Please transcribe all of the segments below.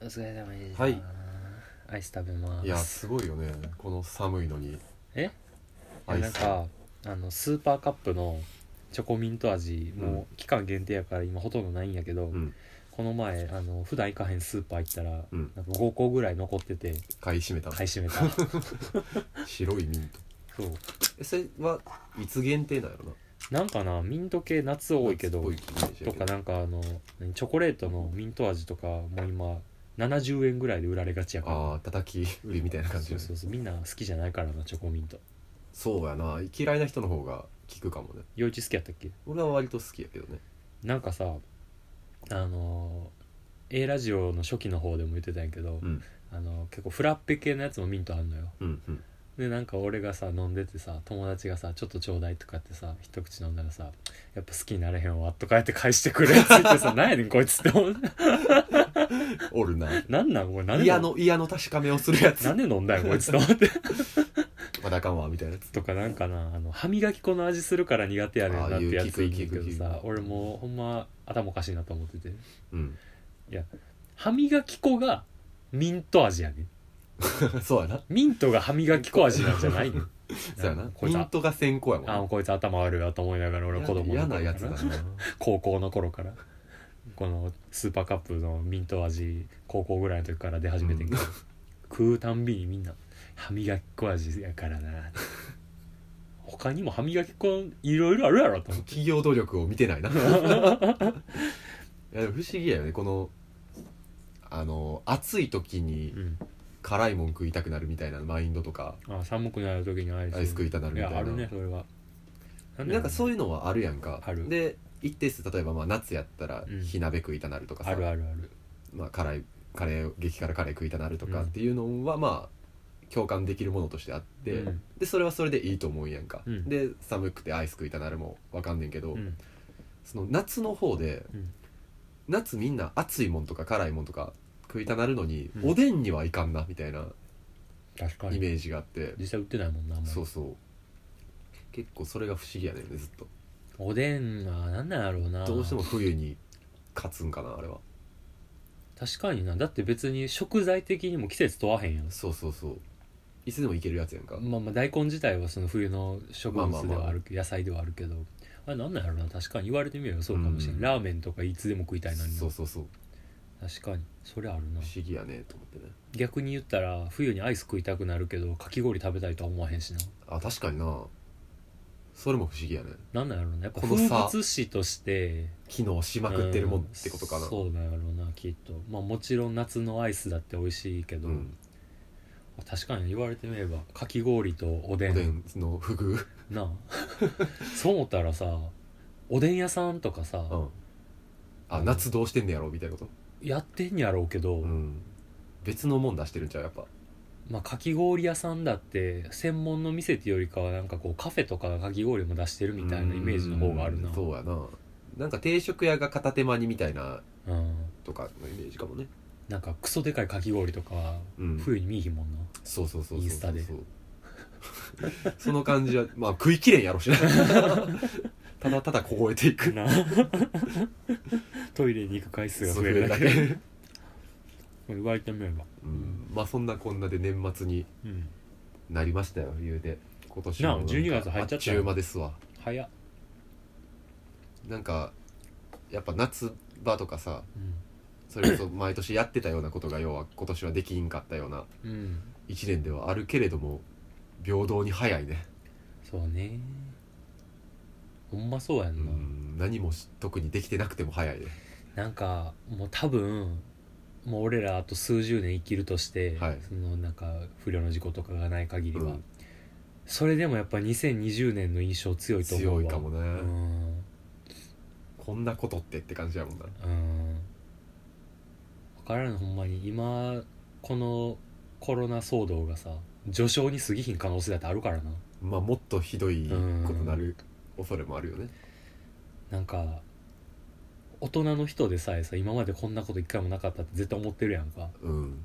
お疲れ様ですはいアイス食べますいやすごいよねこの寒いのにえアイなんスかあのスーパーカップのチョコミント味、うんもう期間限定やから今ほとんどないんやけど、うんこの前あの普段行かへんスーパー行ったら、うんなんか5個ぐらい残ってて買い占めた買い 占めた白いミントそうえそれはいつ限定なんやろななんかなミント系夏多いけど多いイメージとやけかどなんかあの何チョコレートのミント味とかもう今70円ぐらいで売られがちやからああ叩き売りみたいな感じそのうそうそうみんな好きじゃないからなチョコミントそうやな嫌いな人の方が効くかもね陽一好きやったっけ俺は割と好きやけどねなんかさあのー A ラジオの初期の方でも言ってたんやけど、うんあの結構フラッペ系のやつもミントあんのようんうんでなんか俺がさ飲んでてさ友達がさ「ちょっとちょうだい」とかってさ一口飲んだらさ「やっぱ好きになれへんわ」とかやって返して くれって言ってさ「なんやねんこいつ」って思うおるななんなんこれなんで嫌の嫌の確かめをするやつなんで飲んだよこいつと思ってまだあかんわみたいなやつとかなんかなあの歯磨き粉の味するから苦手やねんなってやついいねんけどああさいう聞く聞く聞く俺もうほんま頭おかしいなと思っててうん 歯磨き粉がミント味やねんそうやなミントが歯磨き粉味なんじゃないの そうやなこいミつンあトが先行やもんあなこいつ頭悪いわと思いながら俺は子供の頃嫌かならやつだな高校の頃からこのスーパーカップのミント味高校ぐらいの時から出始めてんけど、食うたんびにみんな歯磨き粉味やからな他にも歯磨き粉いろいろあるやろと思って企業努力を見てないないやでも不思議やよねこのあの暑い時にうん辛いもん食いたくなるみたいなマインドとかあ寒くなる時にアイスアイス食いたなるみたいやあなるねそれはなんかそういういうのはあるやんかあるで一定数例えばまあ夏やったらうん火鍋食いたなるとかさ、あるあるあるまあ、辛いカレー激辛カレー食いたなるとかうんっていうのはまあ共感できるものとしてあって、うんでそれはそれでいいと思うんやんか、うんで寒くてアイス食いたなるもわかんねんけど、うんその夏の方で、うん夏みんな熱いもんとか辛いもんとか食いたなるのに、うんおでんにはいかんなみたいな確かイメにージがあって、実際売ってないもんなあんまりそうそう結構それが不思議やねんねずっとおでんは何なんやろうなどうしても冬に勝つんかなあれは確かになだって別に食材的にも季節問わへんやんそうそうそういつでもいけるやつやんか、まあまあ大根自体はその冬の植まあ物まあでまあはあるけど、野菜ではあるけどあれなんなんやろな確かに言われてみればそうかもしれん、うんラーメンとかいつでも食いたいのになそうそうそう確かにそれあるな不思議やねと思ってね逆に言ったら冬にアイス食いたくなるけどかき氷食べたいとは思わへんしなあ確かになそれも不思議やねなんなんやろなやっぱこの差風物詩として機能しまくってるもんってことかなうんそうなんやろなきっとまあもちろん夏のアイスだって美味しいけど、うん確かに言われてみればかき氷とおでおんでんの不遇なあ そう思ったらさおでん屋さんとかさ、うんあうん夏どうしてんねやろみたいなことやってんやろうけど、うん別のもん出してるんちゃうやっぱまあ、かき氷屋さんだって専門の店っていうよりかはなんかこうカフェとかがかき氷も出してるみたいなイメージの方があるなうんそうやななんか定食屋が片手間にみたいなうんとかのイメージかもねなんかクソでかいかき氷とかうん冬に見えひんもんな、そうそうそうそうそうインスタでその感じはまあ食いきれんや ろしなただただ凍えていく な トイレに行く回数がそ増えれるだだけ け言われてみれば、うんまあそんなこんなで年末にうん、なりましたよ冬で今年なあ12月入っちゃったよあっちゅう間ですわ早っ、なんかやっぱ夏場とかさうそれこそ毎年やってたようなことが要は今年はできんかったようなんうん、 1年ではあるけれども平等に早いねそうねほんまそうやうんな、ん何もし特にできてなくても早いねなんかもう多分もう俺らあと数十年生きるとして、はいそのなんか不慮の事故とかがない限りは、うんそれでもやっぱ2020年の印象強いと思うわ強いかもねうんこんなことってって感じやもんなうん分からんほんまに今このコロナ騒動がさ序章に過ぎひん可能性だってあるからなまあもっとひどいことなる恐れもあるよねなんか大人の人でさえさ今までこんなこと一回もなかったって絶対思ってるやんかうん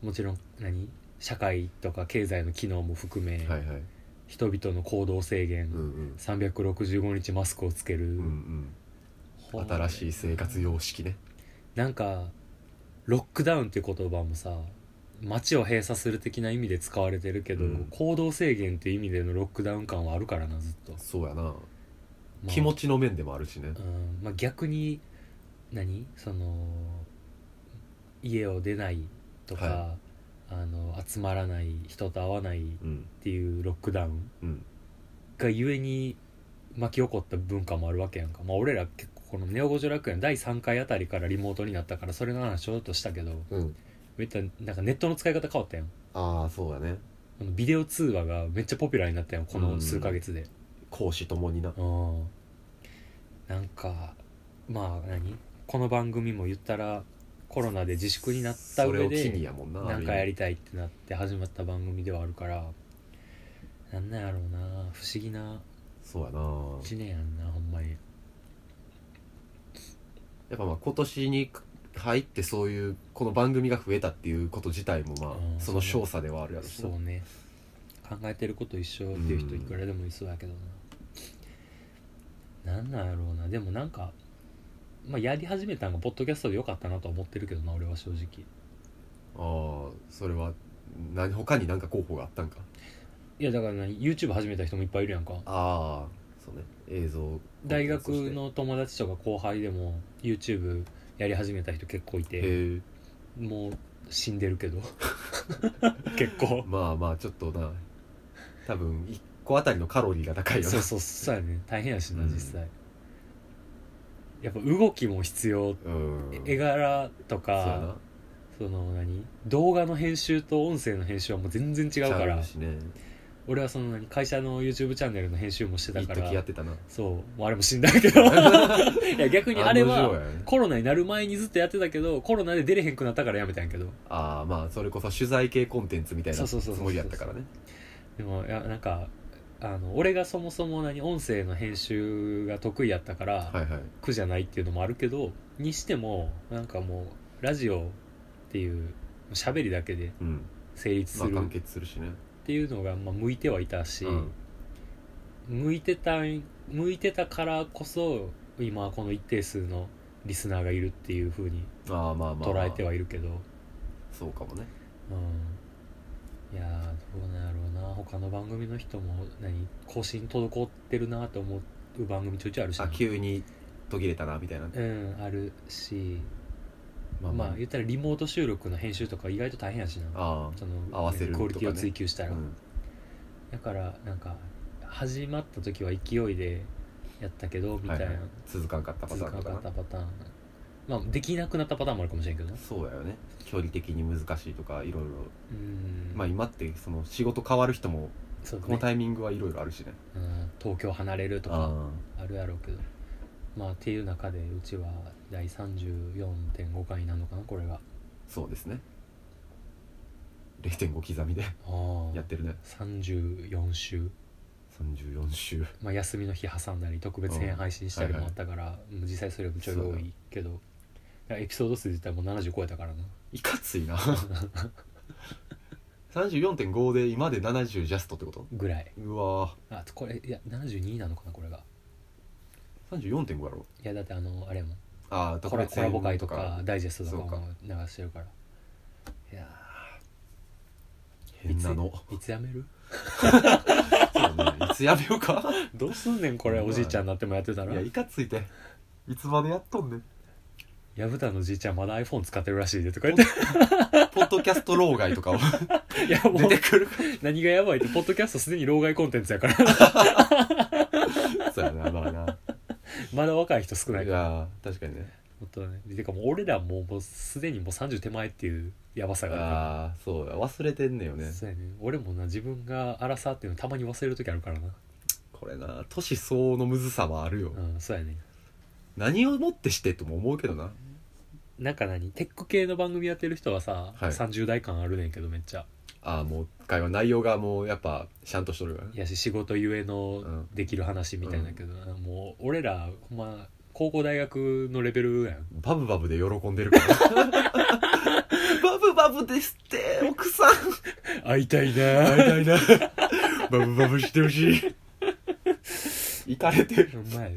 もちろん何社会とか経済の機能も含め、はいはい人々の行動制限、うんうん365日マスクをつける、うんうんほんま新しい生活様式ねなんかロックダウンっていう言葉もさ街を閉鎖する的な意味で使われてるけど、うん行動制限っていう意味でのロックダウン感はあるからなずっと、そうやなまあ気持ちの面でもあるしねうんまあ、逆に何その家を出ないとか、はあの集まらない人と会わないっうんていうロックダウンうんがゆえに巻き起こった文化もあるわけやんか、まあ、俺ら結構この「ネオ五条楽園」第3回あたりからリモートになったからそれの話ちょっとしたけどうんめっちゃなんかネットの使い方変わったやんああそうやねあのビデオ通話がめっちゃポピュラーになったやんこの数ヶ月で講師ともになうんなんかまあ何この番組も言ったらコロナで自粛になったそれ上を機にでやもんななんかやりあたいってなって始まった番組ではあるからなんなんやろうな不思議なる意味そうやな1年やんなほんまにやっぱまあ今年に入ってそういうこの番組が増えたっていうこと自体もまうんあその少佐ではあるやろしなそうね考えてること一緒っていう人いくらでもいそうやけどな、なんなんやろうなでもなんか、まあ、やり始めたのがポッドキャストでよかったなとは思ってるけどな俺は正直ああそれは何他に何か候補があったんかいやだからな YouTube 始めた人もいっぱいいるやんかああそうね映像大学の友達とか後輩でも YouTube やり始めた人結構いてへえもう死んでるけ ど結構まあまあちょっとな多分1個あたりのカロリーが高いよそなうそうそうやね大変やしなうん実際、やっぱ動きも必要うん絵柄とそうやなかその何動画の編集と音声の編集はもう全然違うかちゃらしね俺はその何会社の YouTube チャンネルの編集もしてた一か時やらってたなそうもうあれも死んだけ どいや逆にあれ案はの定やねコロナになる前にずっとやってたけどコロナで出れへんくなったからやめたんやけどああまあそれこそ取材系コンテンツみたいそなうそうそうつそうもりやったからねでもいやなんかあの俺がそもそも何音声の編集が得意やったから、はいはい苦じゃないっていうのもあるけどにしてもなんかもうラジオっていう喋りだけでうん成立すまある完っ結するしねていうのが、まあ、向いてはいたし、うん向いてたん向いてたからこそ今この一定数のリスナーがいるっていうふうにああまあまあ捉えてはいるけど、そうかもねうんいやーどうなんやろうな他の番組の人も何更新滞ってるなと思う番組ちょいちょいあるしなあ急に途切れたなみたいなうんあるしまあままあ、あ言ったらリモート収録の編集とか意外と大変やしなあその合わせるとかねクオリティを追求したあら、うんだからなんか始まった時は勢いでやったけどみたはいいな、はい続かんかったパタ続ーンかなとかかなったパターンまあできなくなったパターンもあるかもしれんけどなそうやよね距離的に難しいとかいろいろうんまあ今ってその仕事変わる人もそうこのねタイミングはいろいろあるしねうん、東京離れるとかああるやろうけどまあっていう中でうちは第34.5回になるのかなこれがあそうですね0.5刻みで あやあってるね34週34週まあ、休みの日挟んだり特別編配信したりもあったから、うん実際それもちょい多いけどだからエピソード数自体もう70超えたからないか ついな34.5で今で70ジャストってことぐらいうわあこれいや72なのかなこれがー34.5やろいやだってあのあれやもんああコラコラボ会とかかダイジェストとかそうもか流してるからいやー変なのいついつやめるそうねいつやめようか どうすんねんこれうんおじいちゃんになってもやってたらいやいかついていつまでやっとんねんやぶたのじいちゃんまだ iPhone 使ってるらしいでとか言っポッドキャスト老害と かをていやも出うてくる何がやばいってポッドキャストすでに老害コンテンツやから そうやなまあなまだ若い人少ないいからやー確かにね本当だねでてかもう俺らもうもうすでにもう30手前っていうやばさがあるかああそうや忘れてんねよらねそうやね俺もな自分が荒さっていうのたまに忘れる時あるからなこれな年相応のむずさはあるよ、うんそうやね何をもってしてとも思うけどななんか何テック系の番組やってる人はさ、はい30代感あるねんけどめっちゃああもう会話内容がもうやっぱシャンとしとるからねいやし仕事ゆえのうんできる話みたいだけどな、もう俺らほんま高校大学のレベルやんバブバブで喜んでるから バブバブですって奥さん会いたいな会いたいなバブバブしてほしい行かれてるうまい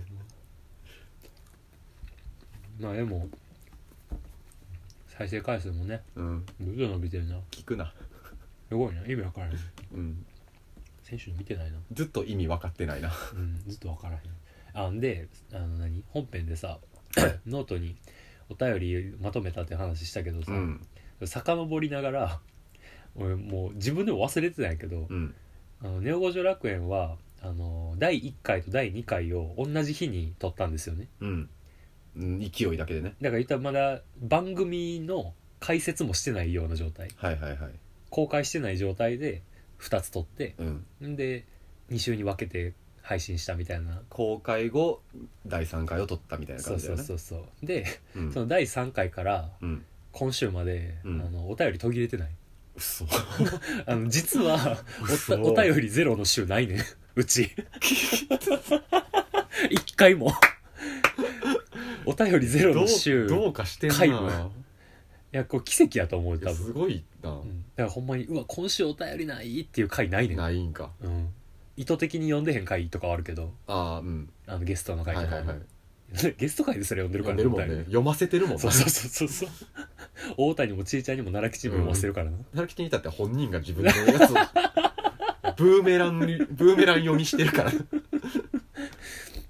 まあでも再生回数もねうんどんどん伸びてるな聞くなすごいな意味わからへんうん選手見てないな、ずっと意味分かってないなうん、ずっとわからへんあんであの何本編でさノートにお便りまとめたって話したけどさ、うん遡りながら俺もう自分でも忘れてたんやけど、うんあのネオ五条楽園はあの第1回と第2回を同じ日に撮ったんですよねうんうん勢いだけでねだから言ったらまだ番組の解説もしてないような状態はいはいはい公開してない状態で2つ撮ってうんんで2週に分けて配信したみたいな公開後第3回を撮ったみたいなそ感うじだそうそよねうそうで、ううんその第3回からうん今週まで、うんあのお便り途切れてない嘘あの実は嘘おたお便りゼロの週ないねんう ち一回もお便りゼロどのう週どうかしてん皆な無いやこれ奇跡やと思うい多や分、すごいなうん、だからほんまにうわ今週お便りないっていう回ないねん、ないんかうん、意図的に読んでへん回とかはあるけどああうんあのゲストのは回いとはいか、はい ゲスト回でそれ読んでるか読らんでるもんね読ませてるもんおね便りそうそうそうそうそう大谷もちいちゃんにも奈良吉にも読ませてるからな、なるきに至っては本人が自分のやつを ブーメランにブーメラン読みしてるからい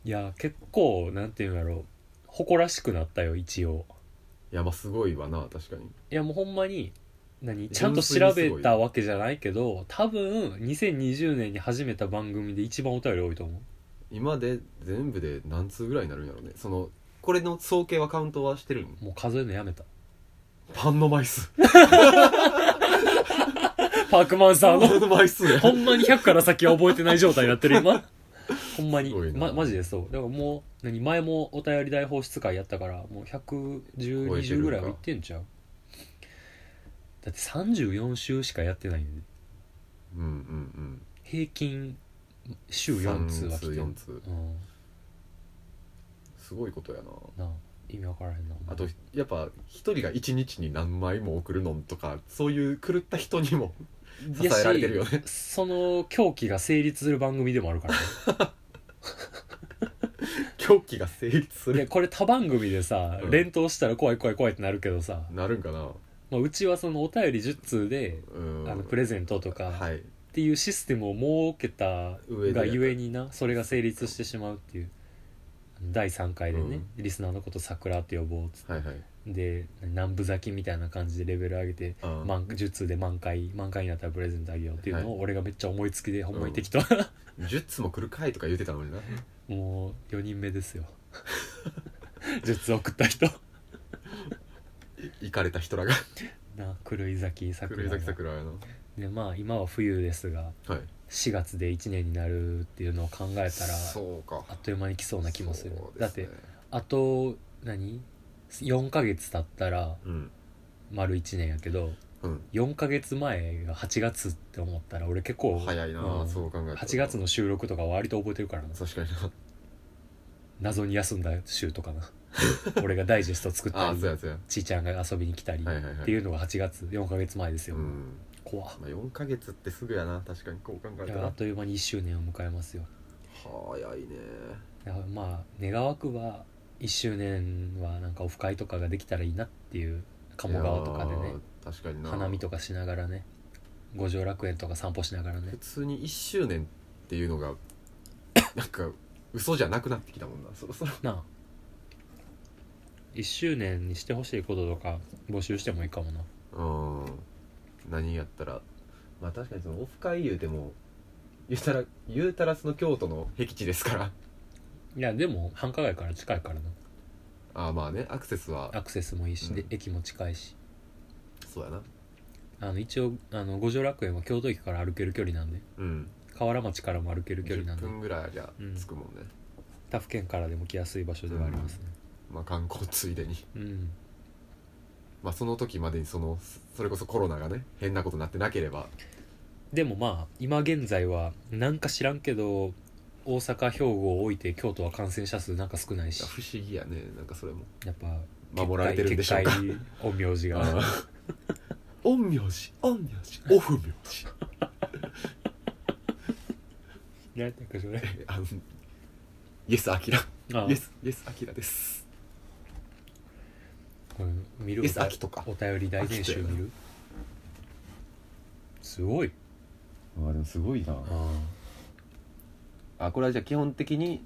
や結構なんていうんやろう誇らしくなったよ一応いやまあすごいわな確かにいやもうほんまに何ちゃん純と粋調にすごいべたわけじゃないけど多分2020年に始めた番組で一番お便り多いと思う今で全部で何通ぐらいになるんやろうねそのこれの総計はカウントはしてるんもう数えるのや めたパンの枚数パークマンさパんのンの枚数やほんまに100から先は覚えてない状態になってる今ほんまにすごいなまマジでそうだからもう何前もお便り大放出会やったからもう超えてる11020かぐらいはいってんちゃうだって34週しかやってないんでうんうんうん平均週4通は来てる、三う四ん、通すごいことやななあ意味わからへんなあとやっぱ一人が一日に何枚も送るのんとかそういう狂った人にも 支えられてるよねやしその狂気が成立する番組でもあるから ね狂気が成立すいやるこれ他番組でさ、うん連投したら怖い怖い怖いってなるけどさ、なるんかなまあ、うちはそのお便り10通で、うんあのプレゼントとかはいっていうシステムを設けた上でがゆえになそれが成立してしまうっていう第3回でね、リスナーのこと「桜」って呼ぼうっつっはいはいてで南部咲きみたいな感じでレベル上げてあー満10通で満開満開になったらプレゼントあげようっていうのを俺がめっちゃ思いつきでほんまに適当な10つも来るかいとか言ってたのになもう4人目ですよ 術を送った人行かれた人らが な狂い咲き黒桜井が崎桜やなでまあ今は冬ですがはい4月で1年になるっていうのを考えたらそうかあっという間に来そうな気もするそうだでっすねてあと何4ヶ月経ったらうん丸1年やけどうん4ヶ月前が8月って思ったら俺結構早いな、うんそう考えたら8月の収録とか割と覚えてるからな確かにな謎に休んだ週とかな俺がダイジェスト作ったあありそうやそうやちいちゃんが遊びに来たりはいはいはいっていうのが8月4ヶ月前ですうよ、ん、怖っまあ、4ヶ月ってすぐやな確かにこう考えいたやあらっという間に1周年を迎えますよ早いねだからまあ願わくば1周年はなんかオフ会とかができたらいいなっていう鴨川とかでいねやー確かにな花見とかしながらね五条楽園とか散歩しながらね普通に1周年っていうのがなんか嘘じゃなくなってきたもんなそろそろなあ1周年にしてほしいこととか募集してもいいかもなうん何やったらまあ確かにそのオフ会言うても言うたら言うたらその京都の僻地ですからいやでも繁華街から近いからなああまあねアクセスはアクセスもいいし、でうん駅も近いしそうやなあの一応あの五条楽園は京都駅から歩ける距離なんでうん河原町からも歩ける距離なん10で分ぐらいありゃうん着くもんね、他府県からでも来やすい場所ではありますねまあ観光ついでにうん、まあその時までにそのそれこそコロナがね変なことになってなければでもまあ今現在はなんか知らんけど大阪兵庫を置いて京都は感染者数なんか少ないいしや不思議やねなんかそれもやっぱ守られてるんでしょうか結界陰陽師が あー 陰陽師陰陽師オフ名師何ていうかそ れあのイエス・アキラあイエスイエス・アキラですこれ見るえおた秋とかお便り大全集見るすごいあでもすごいなああこれはじゃあ基本的に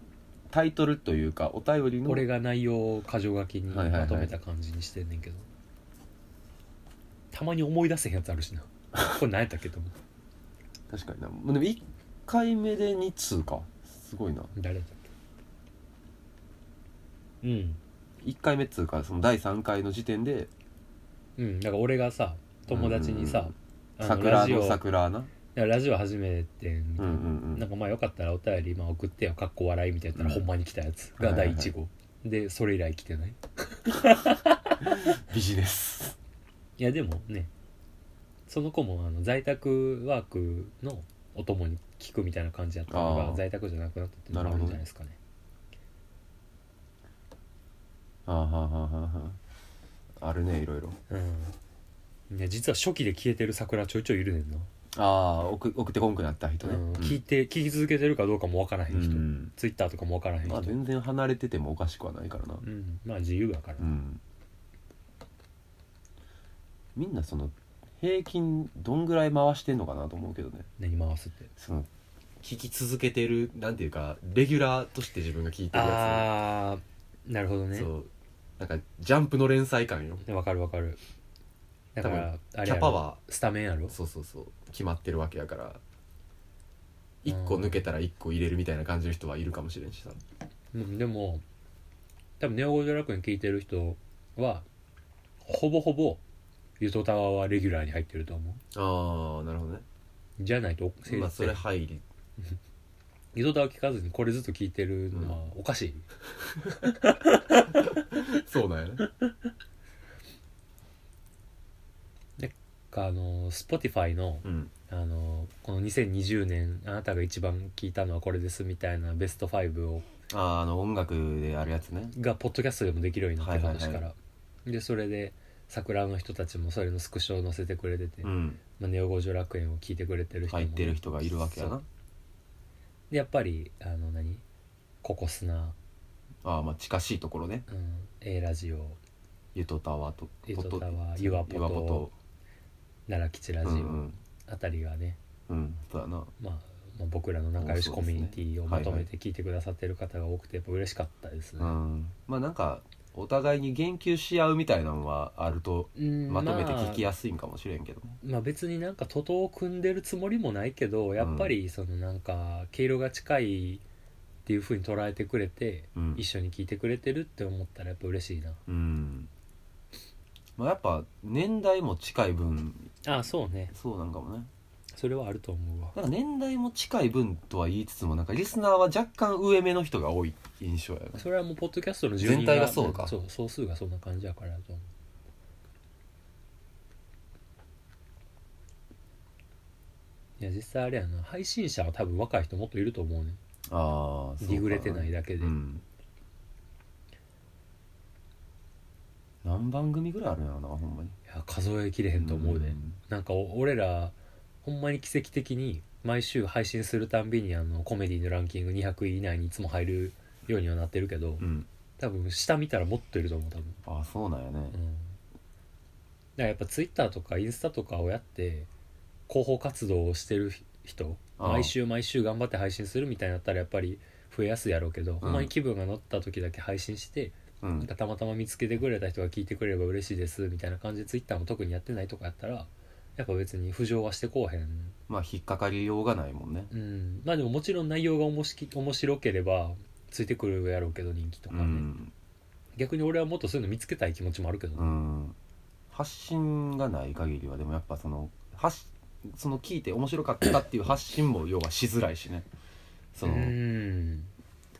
タイトルというかお便りあのこれが内容を箇条書きにはいはいはいまとめた感じにしてんねんけど、たまに思い出せへんやつある しなこれ何やったっけと思う確かになでも1回目で2通かすごいな誰だったっけうん1回目っつうかその第3回の時点でうんだから俺がさ友達にさうんあの桜ラジのオ桜なラジオ始めてんみうたんいな、うんうなんんかまあよかったらお便り今送ってよかっこ笑いみたいなやったらうんほんまに来たやつが第1号、でそれ以来来てないビジ ネスいやでもねその子もあの在宅ワークのお供に聞くみたいな感じやったのあがー在宅じゃなくなったっていうのもあるんじゃないですかねあーはーはーはーはーあるねいろいろうんいや実は初期で消えてる桜ちょいちょいいるねんな、ああ送送ってこんくなった人ね、うんうん聞いて聞き続けてるかどうかもわからへん人、うんツイッターとかもわからへん人、まあ全然離れててもおかしくはないからなうん、まあ自由だから、うんみんなその平均どんぐらい回してんのかなと思うけどね何回すってその聞き続けてるなんていうかレギュラーとして自分が聞いてるやああなるほどつ、ねそうなんかジャンプの連載感よわかるわかるだからあれキやャパろはスタメンやろそうそうそう決まってるわけやから1個抜けたら1個入れるみたいな感じの人はいるかもしれんしさうん、でも多分ネオ・ゴジョ楽園聞いてる人はほぼほぼゆとたわはレギュラーに入ってると思ああなるほどねうじゃないと成まあ立せそえへれん入りゆとたわ聞かずにこれずっと聞いてるのはおかしい、そうなんやねかあの Spotify の うんあのこの2020年あなたが一番聞いたのはこれですみたいなベスト5をあーあの音楽であるやつねがポッドキャストでもできるようになってはいはい話はいから、でそれで桜の人たちもそれのスクショを載せてくれてて、うんまあ、ネオ・ゴジョ楽園を聞いてくれてる人も入ってる人がいるわけやそなうでやっぱりあの何ココスナ、ああまあ近しいところねうん、A ラジオゆとたわとゆとたわとゆわぽとゆわぽと奈良吉ラジうんオうんあたりがね、うんそうだなまあ、まあ僕らの仲良しそうコですねミュニティをまとはいめはて聞いてくださってる方が多くてやっぱ嬉しかったですね、うんまあなんかお互いに言及し合うみたいなのはあるとうんまとめて聞きやすいんかもしれんけど、まあ別になんか徒党を組んでるつもりもないけどやっぱりそのなんか毛色が近いっていうふうに捉えてくれてうん一緒に聞いてくれてるって思ったらやっぱ嬉しいなうんまあ、やっぱ年代も近い分ああそうねそうなんかもねそれはあると思うわなんか年代も近い分とは言いつつもなんかリスナーは若干上目の人が多い印象やなそれはもうポッドキャストの住人全体がそうかそう総数がそんな感じやからだと思ういや実際あれやな配信者は多分若い人もっといると思うねああそうかディグれてないだけで、うん何番組ぐらいあるんやろなほんまにいや数えきれへんと思うね、んなんかお俺らほんまに奇跡的に毎週配信するたんびにあのコメディのランキング200位以内にいつも入るようにはなってるけど、うん多分下見たらもっといると思う多分ああそうなんやうねんだからやっぱツイッターとかインスタとかをやって広報活動をしてる人ああ毎週毎週頑張って配信するみたいになったらやっぱり増えやすいやろうけど、ほんまに気分が乗った時だけ配信して、うん、なんかたまたま見つけてくれた人が聞いてくれれば嬉しいですみたいな感じでツイッターも特にやってないとかやったらやっぱ別に浮上はしてこうへんまあ引っかかりようがないもんねうんまあでももちろん内容がおもしき面白ければついてくるやろうけど人気とうかね、ん、逆に俺はもっとそういうの見つけたい気持ちもあるけどうね、ん、発信がない限りはでもやっぱその発しその聞いて面白かったっていう発信も要はしづらいしねその、うん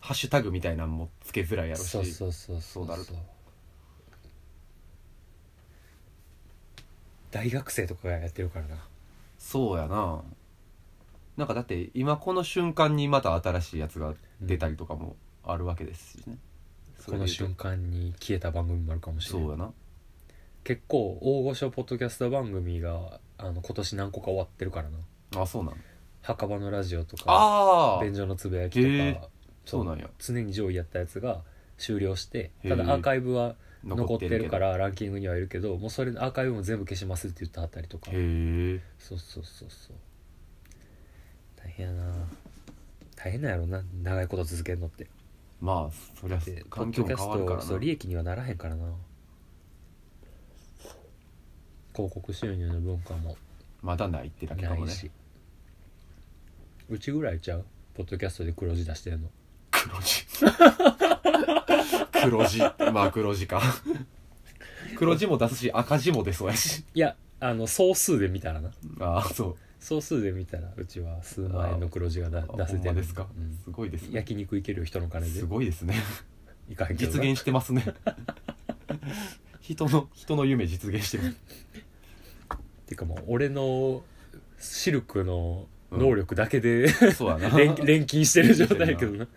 ハッシュタグみたいなんもつけづらいやろしそうそうそうそうなると大学生とかがやってるからなそうやななんかだって今この瞬間にまた新しいやつが出たりとかもあるわけですしね、そこれでの言うと瞬間に消えた番組もあるかもしれそうないやな結構大御所ポッドキャスト番組があの今年何個か終わってるからなあそうなん墓場のラジオとかああ便所のつぶやきとか、へえそうなんや常に上位やったやつが終了してへえただアーカイブは残ってるかららランキングにはいるけどもうそれのアーカイブも全部消しますって言ったあたりとかへえそうそうそうそう大変やな大変なんやろな長いこと続けるのってまあそりゃで環境も変わるからポッドキャストそなう利益にはならへんからな広告収入の文化もまだないってだけかなもいねし、うちぐらいちゃうポッドキャストで黒字出してるの黒字黒字まあ黒字か黒字も出すし赤字も出そうやしいやあの総数で見たらなああそう総数で見たらうちは数万円の黒字がだあ出せてほんまるですか、うんすごいですね焼肉いけるよ人の金ですごいですねいかへんけど実な現してますね 人の人の夢実現してますっていうかもう俺のシルクの能力だけで、そうやな錬錬金してる状態やけどな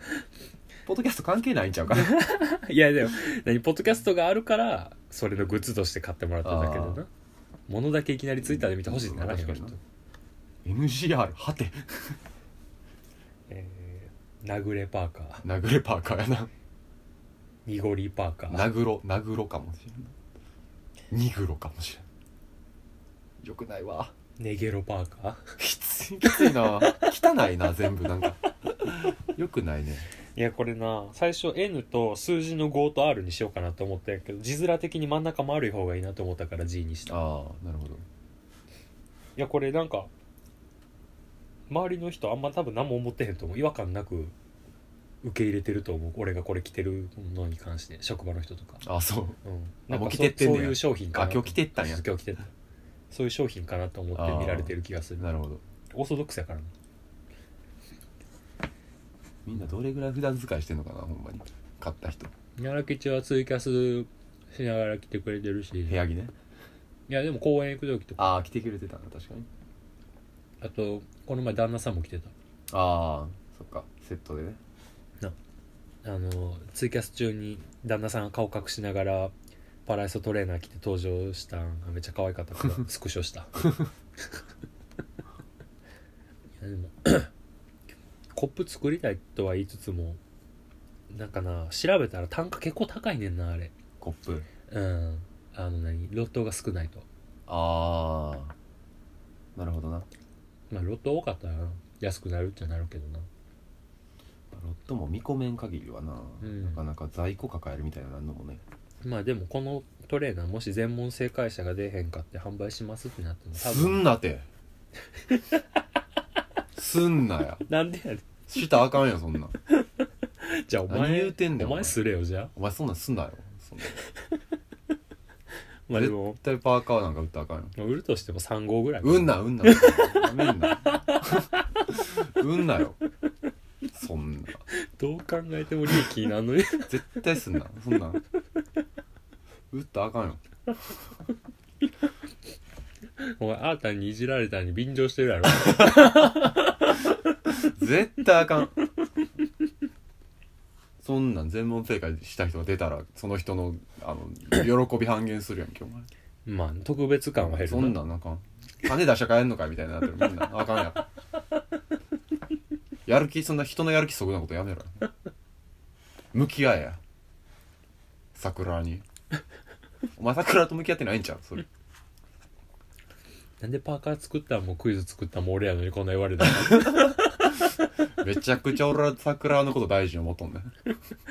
ポッドキャスト関係ないんちゃうか いやでも何ポッドキャストがあるからそれのグッズとして買ってもらっただけであーなものだけいきなりツイッターで見てほしいってならへんようんきっ確とかに、NGR はてえー、ナグレパーカー殴れパーカーやなニゴリパーカー殴ろ殴ろかもしれんないニグロかもしれんよくないわネゲロパーカーきつい きついな汚いな全部なんかよくないね いやこれな最初 N と数字の5と R にしようかなと思ったんやけど字面的に真ん中丸い方がいいなと思ったから G にしたいああなるほどやこれなんか周りの人あんま多分何も思ってへんと思う違和感なく受け入れてると思う俺がこれ着てるのに関して職場の人とか,、ああそううん、あもうか着そてってんねそやういう商品かなあ今日着てったんやそう今日着てったそういう商品かなと思って見られてる気がするなるほどオーソドックスやからねみんなどれぐらい普段使いしてんのかなほんまに買った人奈良吉はツイキャスしながら来てくれてるし部屋着ねいやでも公園行く時とかああ来てくれてたな確かにあとこの前旦那さんも来てたああそっかセットでねあのツイキャス中に旦那さんが顔隠しながらパライソトレーナー着て登場したんがめっちゃ可愛かった からスクショしたいやでもコップ作りたいとは言いつつもなんかな調べたら単価結構高いねんなあれコップうんあの何ロットが少ないとああなるほどなまあロット多かったら安くなるっちゃなるけどなロットも見込めん限りはな、うんなかなか在庫抱えるみたいなのもねまあでもこのトレーナーもし全問正解者が出へんかって販売しますってなっても多すん分なてすんなやなんでやねんしたらあかんよそんなんじゃあお前何言うてんねんおお前前すれよじゃあお前そんなんすんなよそんなまあでも絶対パーカーなんか売ったらあかん よ売るとしても3号ぐらいうんなうんなやめんな うんなよそんなどう考えても利益になんのに 絶対すんなそんなん打ったらあかんよお前あーたんにいじられたに便乗してるやろ 絶対あかんそんなん全問正解した人が出たらその人のあの喜び半減するやんけお前まあ特別感は減るそんなんなんか金出しゃ帰んのかいみたいになってるみんなあかんややる気そんな人のやる気そぐなことやめろ向き合えや桜にお前桜と向き合ってないんちゃうそれなんでパーカー作ったんもクイズ作ったんも俺やのに こんな言われためちゃくちゃ俺は桜のこと大事に思っとんね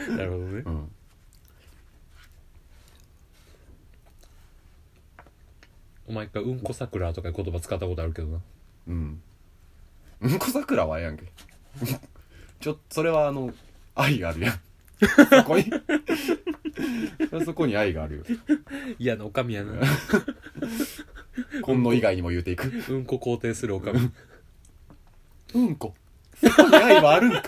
のなるほどねうんお前一回「うんこ桜」とかいう言葉使ったことあるけどなうんうんこ桜はええやんけちょそれはあの愛があるやんそこにそこに愛があるよ嫌なおかみやなこんの以外にも言うていく うんこ肯定するおかみうんこ。そこに愛はあるんか。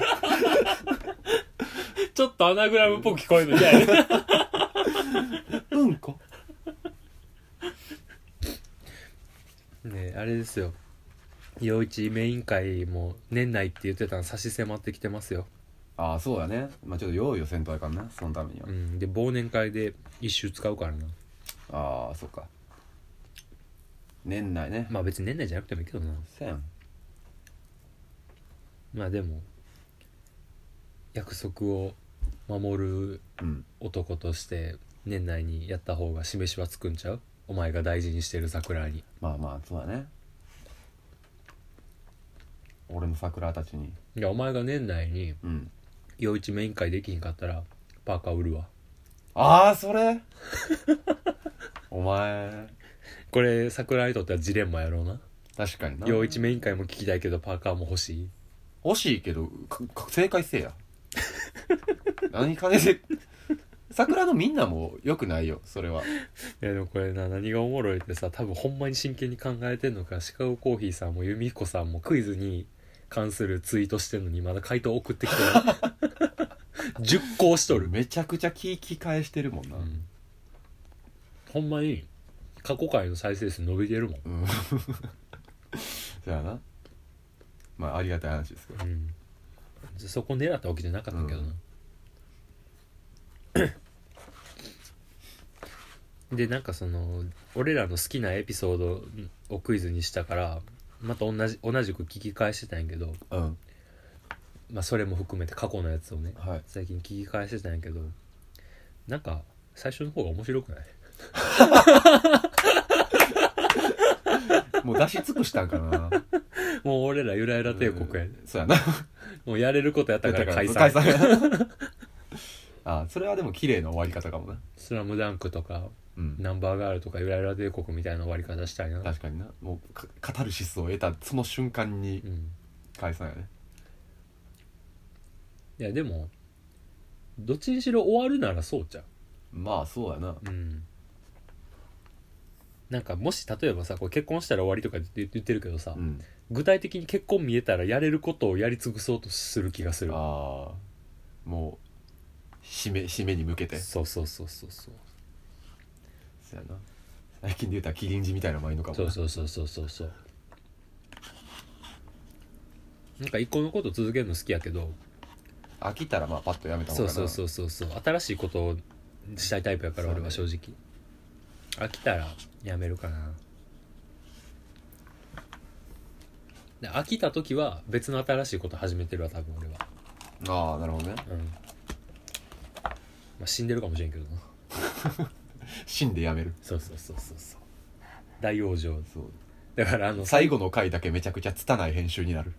ちょっとアナグラムっぽく聞こえるの嫌 やねうんこ。ねえあれですよ陽一メイン会も年内って言ってたの差し迫ってきてますよああ、そうだね。まあちょっと用意をせんとあかんな、そのためには。うん、で忘年会で一周使うからなああ、そっか。年内ね。まあ別に年内じゃなくてもいいけどなせん。まあでも約束を守るうん。男として年内にやった方が示しはつくんちゃうお前が大事にしてる桜にまあまあそうだね俺の桜たちにいやお前が年内にうん陽一メイン会できひんかったらパーカー売るわああそれお前これ桜にとってはジレンマやろうな確かにな陽一メイン会も聞きたいけどパーカーも欲しい惜しいけどかか正解せえや何金で桜のみんなもよくないよそれはいやでもこれな何がおもろいってさ多分ほんまに真剣に考えてんのかシカゴコーヒーさんもユミヒコさんもクイズに関するツイートしてんのにまだ回答送ってきてる熟考しとる、めちゃくちゃ聞き返してるもんな、うんほんまに過去回の再生数伸びてるもん、うん そやなまあありがたい話ですけどうん、そこ狙ったわけじゃなかったけどな、でなんかその俺らの好きなエピソードをクイズにしたからまた同じ同じく聞き返してたんやけど、うんまあ、それも含めて過去のやつをねはい最近聞き返してたんやけどなんか最初の方が面白くないもう出し尽くしたんかな もう俺らゆらゆら帝国や、うんそうやなもうやれることやったから解散解散 あそれはでも綺麗な終わり方かもなスラムダンクとかうんナンバーガールとかゆらゆら帝国みたいな終わり方したいな確かになもうかカタルシスを得たその瞬間にうん解散やねいやでもどっちにしろ終わるならそうじゃんまあそうやなうんなんかもし例えばさこれ結婚したら終わりとか言って言ってるけどさ、うん具体的に結婚見えたらやれることをやり尽くそうとする気がするああもう締め締めに向けてそうそうそうそうそうそうやな最近で言うたらキリンジみたいなのもいいのかもそうなそうそうそうそうそうなんか一個のこと続けるの好きやけど飽きたらまあパッとやめたそ方うがそうそうそうそう新しいことをしたいタイプやからそうね俺は正直飽きたらやめるかなで飽きた時は別の新しいこと始めてるわ多分俺はうああなるほどねうん、まあ、死んでるかもしれんけどな死んでやめるそうそうそうそうそう大往生そうだからあの最後の回だけめちゃくちゃ拙い編集になる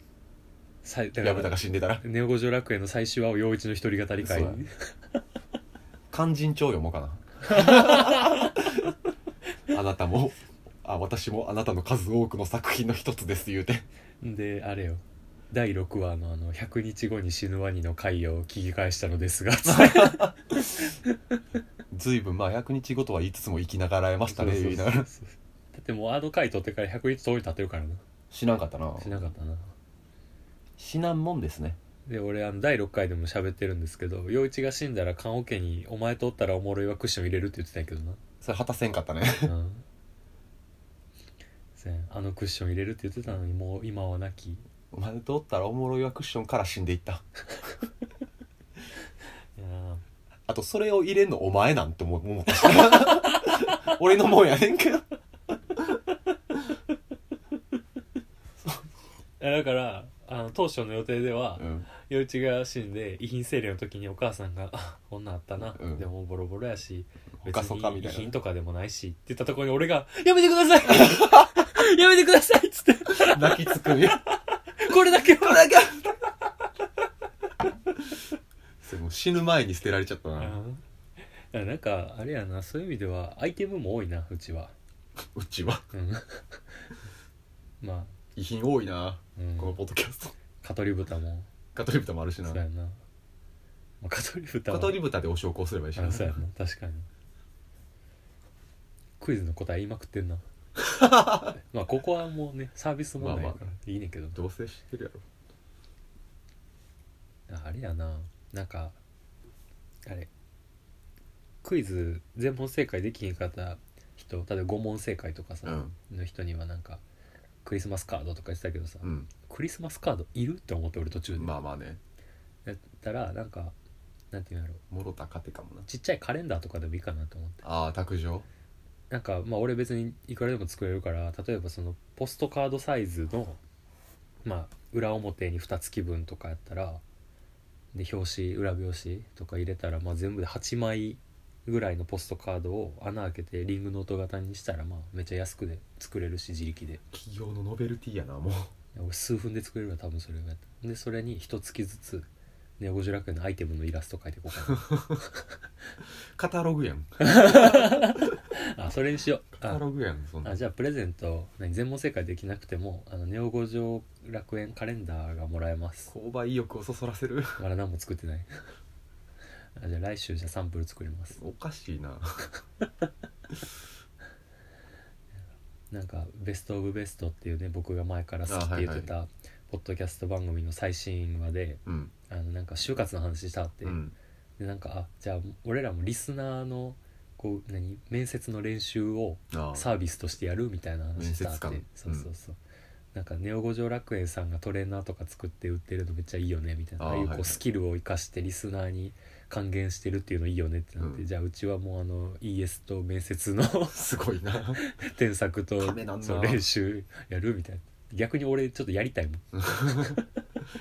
さいだか薮田らが死んでたらネオ五条楽園の最終話を陽一の一人語り会そうやね勧進帳読もう かなあなたもあ私もあなたの数多くの作品の一つです言うてであれよ第6話のあの「100日後に死ぬワニ」の回を聞き返したのですがつって随分まあ100日ごとは言いつつも生きながらえましたねそう言そうそいうながらそうだってもうあの回撮ってから100日遠い経ってるからな死なんかったなしなかったな死なんもんですねで俺あの第6回でも喋ってるんですけど陽一が死んだら棺桶に「お前とおったらおもろいはクッション入れる」って言ってたんやけどそれ果たせんかったねな、うん、せんあのクッション入れるって言ってたのにもう今はなきいお前とおったらおもろいはクッションから死んでいったやーあとそれを入れんのお前なんて思う思ったし 俺のもんやねんけどいやだからあの当初の予定ではうん陽一が死んで遺品整理の時にお母さんが「あ女あったな、うんでもボロボロやしほかそかみたいな遺品とかでもないし」って言ったところに俺が「やめてください やめてください」っつって泣きつくんや「これだけは それもう死ぬ前に捨てられちゃったうなんだからなんかあれやなそういう意味ではアイテムも多いなうちは、うちはうん、 まあ、遺品多いなうんこの、ポッドキャストカトリブタもカトリブタもあるしなそうやな、まあ、カトリブタカはトリブタでお焼香すればいいしなあそうやな確かにクイズの答え言いまくってん なまあここはもうねサービス問題やから、まあまいいねんけどどうせ知ってるやろああれやななんかあれクイズ全問正解できへんかった人例えば5問正解とかさ、うんの人にはなんかクリスマスカードとか言ってたけどさ、うんクリスマスカードいるって思って俺途中で、まあまあねやったらなんかなんていうんだろうもろたかてかもなちっちゃいカレンダーとかでもいいかなと思ってああ卓上なんかまあ俺別にいくらでも作れるから例えばそのポストカードサイズのまあ裏表に2月分とかやったらで表紙裏表紙とか入れたらまあ全部で8枚ぐらいのポストカードを穴開けてリングの音型にしたらまあめっちゃ安くで作れるし自力でい企業のノベルティやなもうや俺数分で作れるわ多分それがでそれに一月ずつネオ50楽園のアイテムのイラスト描いていこうかカタログやんなあそれにしようカタあログやんそんなあじゃあプレゼント何全問正解できなくてもあのネオ五条楽園カレンダーがもらえます購買意欲をそそらせるまだ何も作ってない あじゃあ来週じゃあサンプル作りますおかしいななんか「ベスト・オブ・ベスト」っていうね僕が前から好きって言ってたポッドキャスト番組の最新話でうんあのなんか就活の話したって、うんでなんかあじゃあ俺らもリスナーのこう何面接の練習をああサービスとしてやるみたいな話したっ面接て官そうそうそう、なんかネオ五条楽園さんがトレーナーとか作って売ってるのめっちゃいいよねみたいなああーあいうこはいうはいスキルを生かしてリスナーに還元してるっていうのいいよねってなって、うんじゃあうちはもうあの ES と面接の すごいな添削とた めなんなそう練習やるみたいな逆に俺ちょっとやりたいもん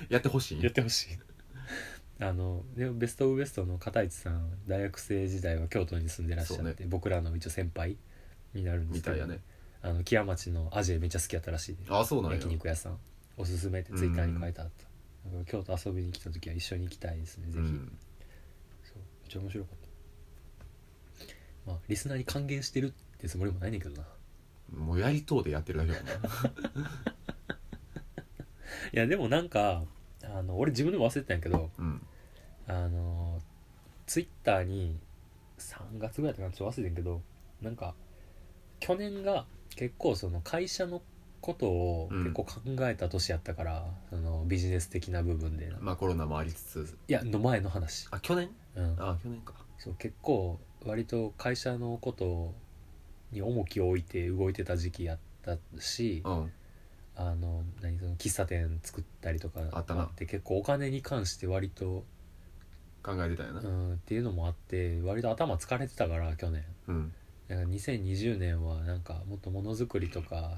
やってほしやっいてほしい あのでもベスト・オブ・ベストの片市さん大学生時代は京都に住んでらっしゃそっうて、僕らの一応先輩になるんでみすけたどいやねあの木屋町のアジエめっちゃ好きやったらしいでああそうなんや焼肉屋さんおすすめってツイッターに書いてあったなんか京都遊びに来た時は一緒に行きたいですねぜうひ、んそうめっちゃ面白かったまあリスナーに還元してるってつもりもないねんけどなもうやりとうでやってるだけや もんないやでもなんかあの俺自分でも忘れてたんやけどうんあのツイッターに3月ぐらいだったかなちょっと忘れてんけどなんか去年が結構その会社のことをうん結構考えた年やったから、そのビジネス的な部分でなまあコロナもありつついやの前の話、あ去年うん、あ去年かそう結構割と会社のことに重きを置いて動いてた時期やったしうんあの何その喫茶店作ったりとかあったなて結構お金に関して割と考えてたよなうん、っていうのもあって割と頭疲れてたから去年うんなんか2020年はなんかもっとものづくりとか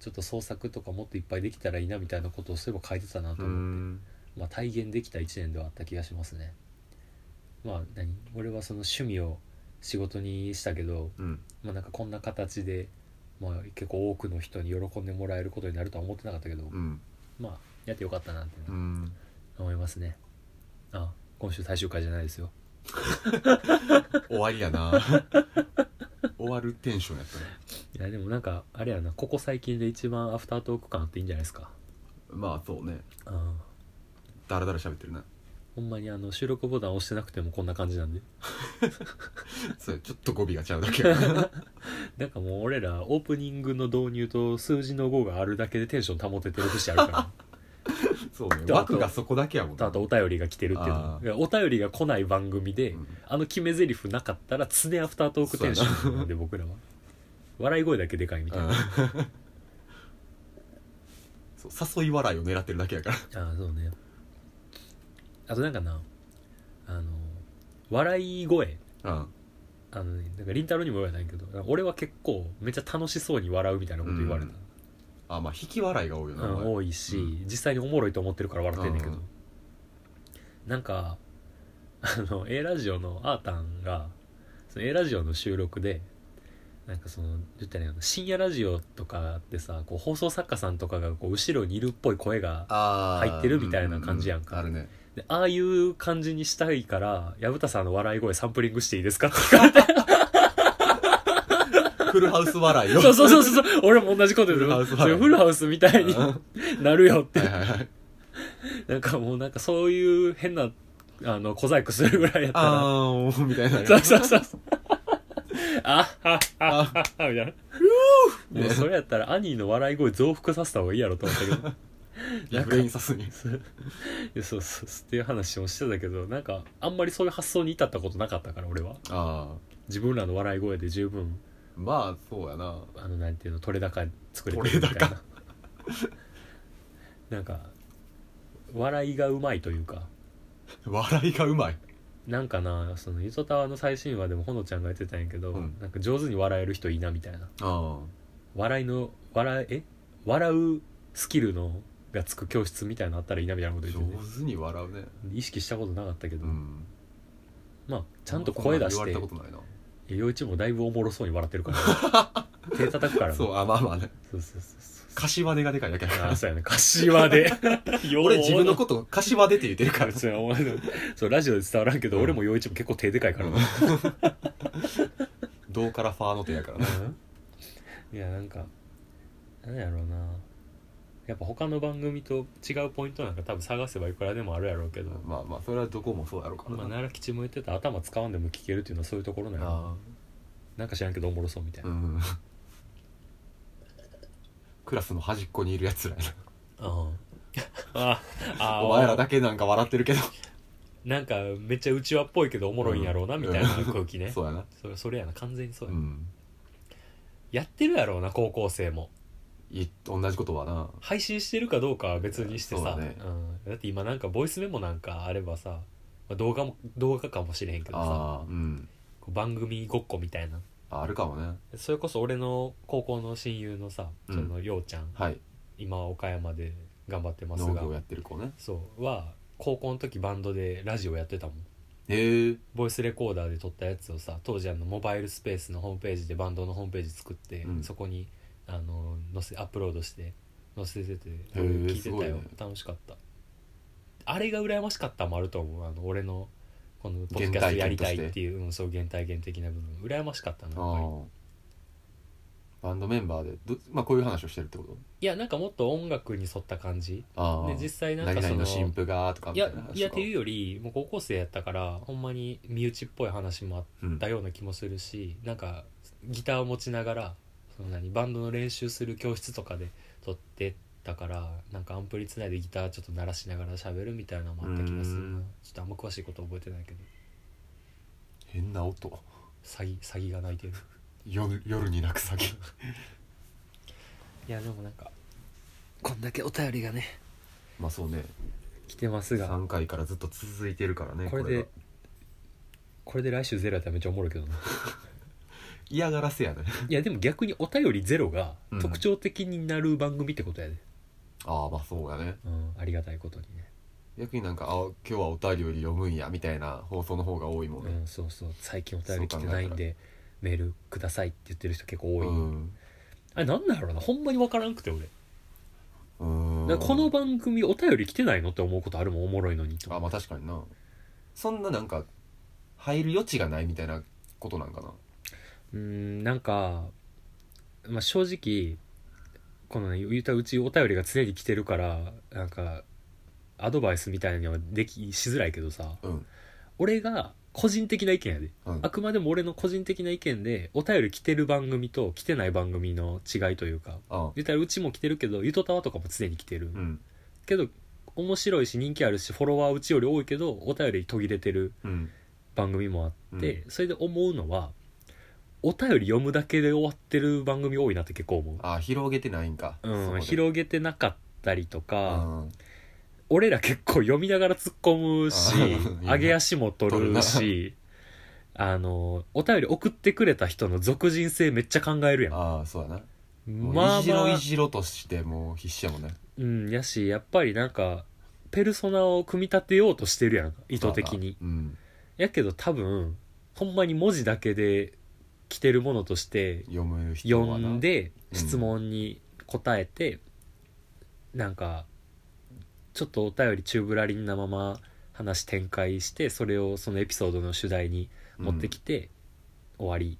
ちょっと創作とかもっといっぱいできたらいいなみたいなことをそういえば書いてたなとう思って、んまあ、体現できた1年ではあった気がしますねまあ何俺はその趣味を仕事にしたけど、うんまあ、なんかこんな形で、まあ、結構多くの人に喜んでもらえることになるとは思ってなかったけど、うんまあやってよかったなってねうん思いますねあ今週最終回じゃないですよ終わり やな終わるテンションやったねいやでもなんかあれやなここ最近で一番アフタートーク感あっていいんじゃないですかまあそうねうんだらだら喋ってるなほんまにあの収録ボタン押してなくてもこんな感じなんでそうちょっと語尾がちゃうだけ やななんかもう俺らオープニングの導入と数字の5があるだけでテンション保ててる節あ るからそうあねと枠がそこだけやもんあとお便りが来てるっていうのあーいやお便りが来ない番組で、うんあの決め台詞なかったら常アフタートークテンションなんで僕らは笑い声だけでかいみたいな、あうんそう誘い笑いを狙ってるだけやからあそうねあとなんかなあの笑い声うんあのね、なんかりんたろーにも言われないけど俺は結構めっちゃ楽しそうに笑うみたいなこと言われた、あまあ引き笑いが多いよな、うんお前多いし、うん実際におもろいと思ってるから笑ってんねんけど、うんなんか あの A ラジオのあーたんがその A ラジオの収録でなんかその言ったらいいのかな深夜ラジオとかってさこう放送作家さんとかがこう後ろにいるっぽい声があー入ってるみたいな感じやんかうううあるねでああいう感じにしたいから薮田さんの笑い声サンプリングしていいですかって聞かれてフルハウス笑い をそうそうそうそう俺も同じこと言うフルハウスそうフルハウスみたいにうんはなるよっいてはいはいなんかもうなんかそういう変なあの小細工するぐらいやったらあーみたいなそうそうそうそうあははははみたいなねもうそれやったら兄の笑い声増幅させた方がいいやろと思ったけどリフレインさすにそうそうそうっていう話もしてたけどなんかあんまりそういう発想に至ったことなかったから俺はああ自分らの笑い声で十分まあそうやなあのなんていうの取れ高作れてるみたい撮れな なんか笑いがうまいというか笑いがうまいなんかなその「ゆとたわ」の最新話でもほのちゃんが言ってたんやけど、うんなんか上手に笑える人いいなみたいなあ笑いの笑え笑うスキルのがつく教室みたいなのあったらいいなみたいなこと上言ってて、手に笑うね意識したことなかったけど、うんまあちゃんと声出し言われてたことないな陽一もだいぶおもろそうに笑ってるから 手叩くからねそうあまあまあねそうそうそうそう柏でがでかいだけやかあらそうやね柏で 俺自分のこと柏でって言って るからそうやお前のそうラジオで伝わらんけど、うん俺も陽一も結構手でかいからね、どうからファーの手やからなうんいやなんかなんやろうなやっぱ他の番組と違うポイントなんか多分探せばいくらでもあるやろうけど、まあまあそれはどこもそうやろうからまあ、な、奈良吉も言ってた頭使わんでも聞けるっていうのはそういうところなんやあなんか知らんけどおもろそうみたいあうな、んクラスの端っこにいるやつらやあ ああなあ お前らだけなんか笑ってるけどなんかめっちゃうちわっぽいけどおもろいんやろうなみたいな空気ね、そうやなそれそれやな完全にそううや、んやってるやろうな高校生もい同じことはな配信してるかどうかは別にしてそうさだねうん、だって今なんかボイスメモなんかあればさ、まあ動画も動画かもしれへんけどさああうんこう番組ごっこみたいなああるかもねそれこそ俺の高校の親友のさ、うんそのようちゃんはい今は岡山で頑張ってます農が業やってる子ねそうは高校の時バンドでラジオやってたもんへえボイスレコーダーで撮ったやつをさ当時あのモバイルスペースのホームページでバンドのホームページ作って、うんそこにあの載せアップロードして載せててー聞いてすたよご、いね楽しかったあれが羨ましかったもあると思うあの俺のこのポッドキャストやりたいっていううんそう原体験的な部分羨ましかったなあやっぱりあバンドメンバーでど、まあ、こういう話をしてるってこといやなんかもっと音楽に沿った感じああで実際なん何かそ々のの新婦がとかいみたやいな話とかいやっていうよりもう高校生やったからほんまに身内っぽい話もあってうんだような気もするしなんかギターを持ちながらその何バンドの練習する教室とかで撮ってたからなんかアンプリつないでギターちょっと鳴らしながら喋るみたいなのもあった気がするうなんちょっとあんま詳しいこと覚えてないけど変な音詐欺詐欺が泣いてる夜夜に泣く詐 欺いやでもなんかこんだけお便りがねまあそうね来てますが3回からずっと続いてるからねこれでこれで来週ゼロやったらめっちゃおもろいけ どな嫌がらせやね いやでも逆にお便りゼロがうん特徴的になる番組ってことやで、ああまあそうやねうん、ありがたいことにね逆になんかあ今日はお便りより読むんやみたいな放送の方が多いもんうね、ん、そうそう最近お便り来てないんでメールくださいって言ってる人結構多い、うんあれなんだろうなほんまに分からんくて俺、うんなんかこの番組お便り来てないのって思うことあるもんおもろいのにとあまあ確かになそんななんか入る余地がないみたいなことなんかなうーんなんか、まあ、正直このね言うたらうちお便りが常に来てるからなんかアドバイスみたいにはできしづらいけどさうん俺が個人的な意見やでうんあくまでも俺の個人的な意見でお便り来てる番組と来てない番組の違いというかあ言ったらうちも来てるけどゆとたわとかも常に来てる、うんけど面白いし人気あるしフォロワーうちより多いけどお便り途切れてるうん番組もあって、それで思うのはお便り読むだけで終わってる番組多いなって結構思あ広げてないんかう、うん、げ広げてなかったりとか、あ俺ら結構読みながら突っ込むしあー いいな上げ足も取るしあのお便り送ってくれた人の俗人性めっちゃ考えるやんあーそうやなもうまあいじろまあいじろとしてもう必死やもんねうんやしやっぱりなんかペルソナを組み立てようとしてるやん意図的に、うんやけど多分ほんまに文字だけで来てるものとして読む人は読なんでうん質問に答えて、なんかちょっとお便り宙ぶらりんなまま話展開してそれをそのエピソードの主題に持ってきて終わり、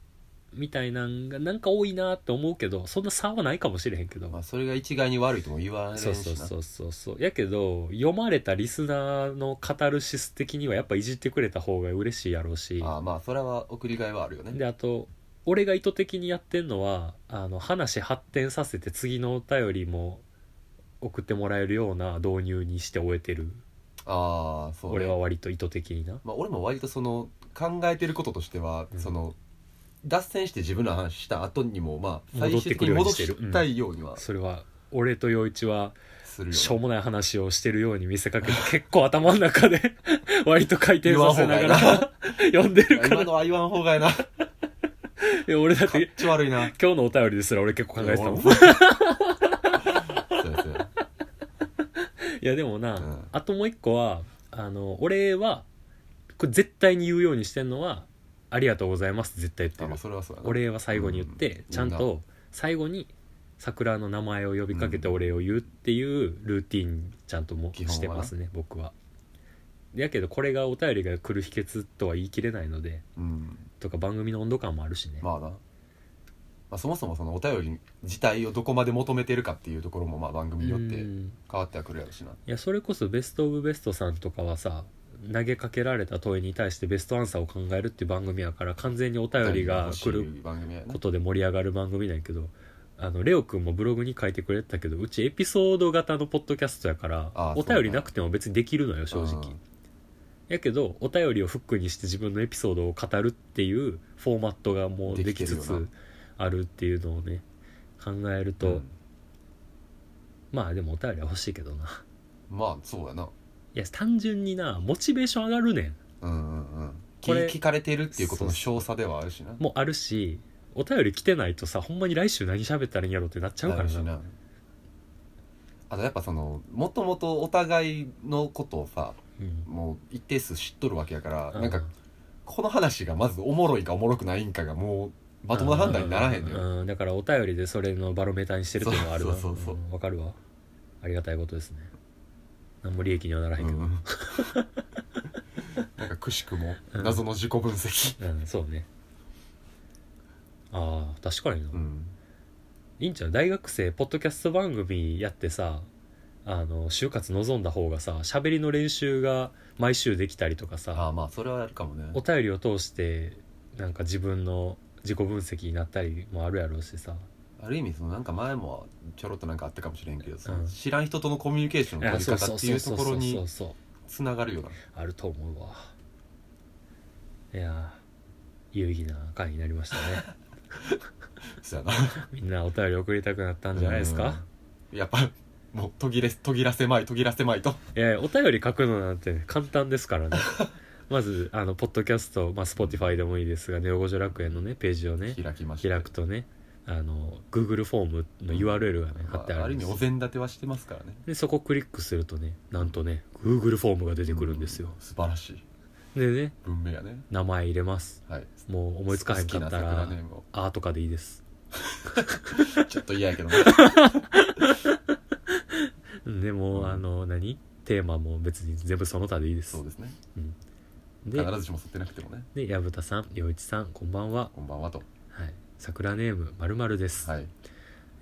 みたいなんがなんか多いなって思うけどそんな差はないかもしれへんけど、うんまあ、それが一概に悪いとも言われんしそうなそうそうそうそうやけど読まれたリスナーのカタルシス的にはやっぱいじってくれた方が嬉しいやろうしあーまあそれは送りがいはあるよねであと俺が意図的にやってんのはあの話発展させて次のお便りも送ってもらえるような導入にして終えてる、ああそう、ね、俺は割と意図的になまあ、俺も割とその考えてることとしては、うんその脱線して自分の話した後にもまあ最戻って終的くるにように戻してるしたいようにはそれは俺と陽一はするよ、ねしょうもない話をしてるように見せかけて結構頭の中で 割と回転させなが言わら 読ん方んでるか今らいのは言わん方がやなかや俺だっってち悪いな今日のお便りですら俺結構考えてたもんそうやそうやいやでもな、うんあともう一個はあの俺はこれ絶対に言うようにしてんのは「ありがとうございます」って絶対言ってあるまあそれはそうやなお礼は最後に言って、うんちゃんと最後に桜の名前を呼びかけてお礼を言うっていうルーティンちゃんとも基本はなしてますね僕は。やけどこれがお便りが来る秘訣とは言い切れないのでうんとか番組の温度感もあるしね、まあな、まあ、そもそもそのお便り自体をどこまで求めてるかっていうところもまあ番組によっうてん変わってはくるやろしないやそれこそベスト・オブ・ベストさんとかはさ投げかけられた問いに対してベストアンサーを考えるっていう番組やから完全にお便りが来る欲しい番組やなことで盛り上がる番組なんやけどあのレオくんもブログに書いてくれてたけどうちエピソード型のポッドキャストやからあーお便りなくても別にできるのよ正直、うんやけどお便りをフックにして自分のエピソードを語るっていうフォーマットがもうででききてるつよなつあるっていうのをね考えると、うんまあでもお便りは欲しいけどなまあそうやないや単純になモチベーション上がるねんうんうんうんこれ聞聞かれてるっていうことの少佐ではあるしなもあるしお便り来てないとさほんまに来週何喋ったらいいんやろってなっちゃうからなるなしなあとやっぱそのもともとお互いのことをさうんもう一定数知っとるわけやから、うんなんかこの話がまずおもろいかおもろくないんかがもうまともな判断にならへんのよ、うんだからお便りでそれのバロメーターにしてるっていうのはあるわそうそうそうそうんわかるわありがたいことですね何も利益にはならへんうけど、んなんかくしくもうん謎の自己分析、うんそうねああ確かにな、うん、いいんちゃう大学生ポッドキャスト番組やってさあの就活望んだ方がさ喋りの練習が毎週できたりとかあさあまあそれはあるかもねお便りを通してなんか自分の自己分析になったりもあるやろうしさある意味そのなんか前もちょろっとなんかあったかもしれんけど、そのうん知らん人とのコミュニケーションの取りそう方そっうていそううそとうころそにうそうつながるよなあると思うわいやー有意義な回になりま したねそうやな みんなお便り送りたくなったんじゃないですか、うんやっぱもう途切れ途切らせまい途切らせまいといやいやお便り書くのなんて簡単ですからねまずあのポッドキャスト、まあ、Spotify でもいいですが「ネオ五条楽園」のねページをね開きました開くとねあの Google フォームの URL がね貼ってああるる意ん味でおす膳立てはしてますからねでそこクリックするとねなんとね Google フォームが出てくるんですよう、素晴らしいでね文明やね名前入れますはいもう思いつかへんかった好きなら桜ネームを「あ」とかでいいですちょっと嫌やけどね でも、うんあの何テーマも別に全部その他でいいですそうですねで必ずしも吸ってなくてもねで薮田さん陽一さんこんばんは、こんばんはとはい、桜ネームまるまるです、はい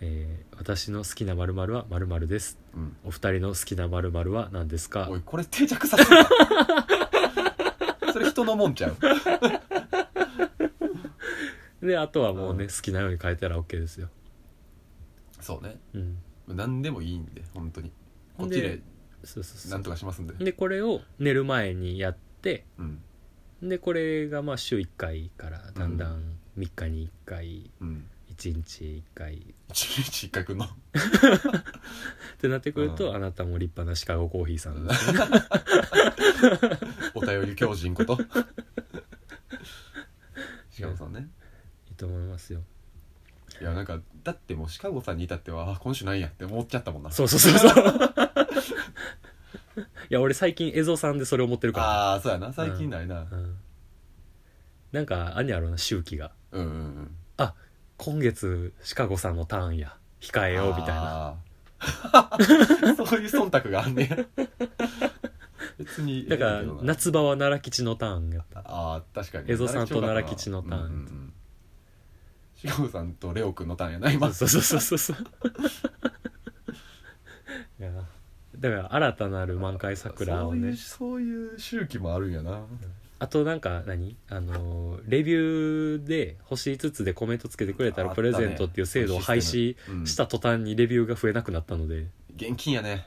えー私の好きなまるまるはまるまるですうんお二人の好きなまるまるは何ですかおいこれ定着させるな それ人のもんちゃうであとはもうね、うん好きなように変えたら OK ですよそうねうん何でもいいんで本当にこっちででそうそうそ何うとかしますんででこれを寝る前にやってうんでこれがまあ週1回からだんだん3日に1回うん1日1回一日一回くんのってなってくると、うんあなたも立派なシカゴコーヒーさんですお便り狂 人ことシカゴさんねいいと思いますよいやなんかだってもうシカゴさんに至ってはあ今週なんやって思っちゃったもんなそうそうそうそう いや俺最近エゾさんでそれ思ってるかああそうやな最近ないなら、うん、なんかあんやろうな周期がうんうんうん今月シカゴさんのターンや控えようみたいなあー そういう忖度があんねや別にだから夏場は奈良吉のターンやったあー確かに蝦夷さんと奈良吉のターンうんうんうんシカゴさんとレオ君のターンやな今そうそうそうそうそういやだから新たなる満開桜をねそういうそういう周期もあるんやなあとなんか何あのーレビューで星5つでコメントつけてくれたらあプレゼントっていう制度を廃止うんした途端にレビューが増えなくなったので、現金 やね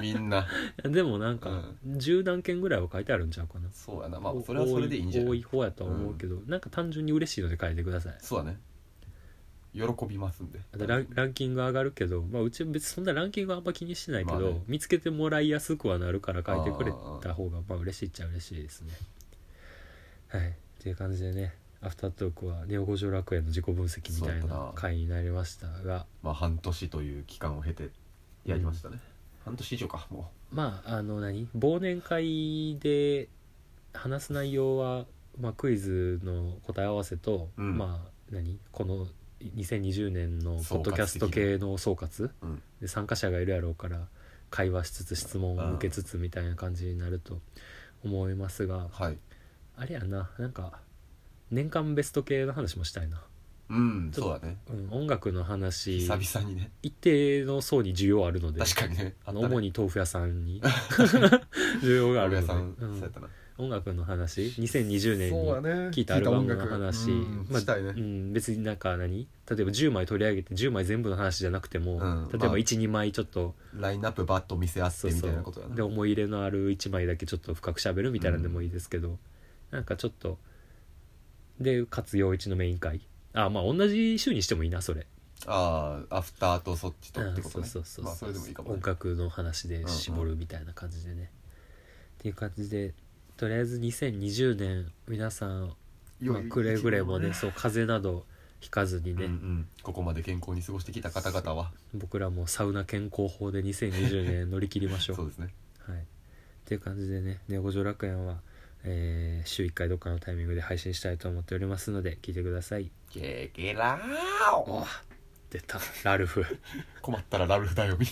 みんなでもなんうかん10何件ぐらいは書いてあるんちゃうかな、そうやなまあそれはそれでいいんじゃ多ないい方やとは思うけど、なんか単純に嬉しいので書いてくださいそうだね喜びますんであとランランキング上がるけど、まあ、うち別にそんなランキングはあんま気にしてないけど、まあね見つけてもらいやすくはなるから書いてくれた方がまあ嬉しいっちゃ嬉しいですねはいっていう感じでねアフタートークはネオ五条楽園の自己分析みたいそうやったなな回になりましたがまあ半年という期間を経てやりましたね、半年以上かもまああの何忘年会で話す内容は、まあ、クイズの答え合わせと、うんまあ何この2020年のポ総括的ッなドキャスト系の総括うんで参加者がいるやろうから会話しつつ質問を受けつつみたいな感じになると思いますがはいあれやななんか年間ベスト系の話もしたいな、うんちょっそとうだねうん、音楽の話久々にね一定の層に需要あるので確かにねあっのたね主に豆腐屋さん に需要があるの大家で、さん、うんそうやったな音楽の話2020年にそうだね聞いたアルバムの話、聞いた音楽うんまあしたいねうん、別になんか何例えば10枚取り上げて10枚全部の話じゃなくても、うん例えまばあ12、枚ちょっとラインナップバッと見せ合ってそうみそたういなことだなで思い入れのある1枚だけちょっと深くしゃべるみたいなんでもいいですけど、なんかちょっとで勝陽一のメイン会あまあ同じ週にしてもいいなそれああアフターとそっちとうっんてことねそうそうそうまあそれでもいいかも、音ね、楽の話で絞るみたいな感じでね、っていう感じでとりあえず2020年皆さん、まあ、くれぐれもねそう風邪などひかずにうんね、うん、ここまで健康に過ごしてきた方々は僕らもサウナ健康法で2020年乗り切りましょうそうですねはい、っていう感じでね「ネゴジョ楽園は」えー週1回どっかのタイミングで配信したいと思っておりますので聞いてくださいケケラーオ出たラルフ困ったらラルフだよみ